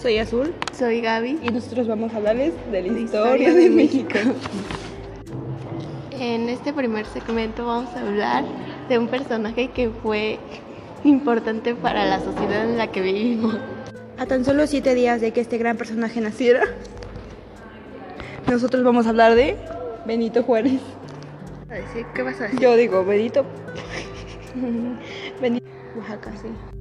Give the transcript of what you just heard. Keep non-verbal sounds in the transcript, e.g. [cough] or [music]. Soy Azul Soy Gaby. y nosotros vamos a hablarles de la, La historia, de, México. En este primer segmento vamos a hablar de un personaje que fue importante para la sociedad en la que vivimos. A tan solo siete días de que este gran personaje naciera, nosotros vamos a hablar de Benito Juárez. ¿Qué vas a [laughs] decir? Yo digo Benito. Benito. Oaxaca, sí.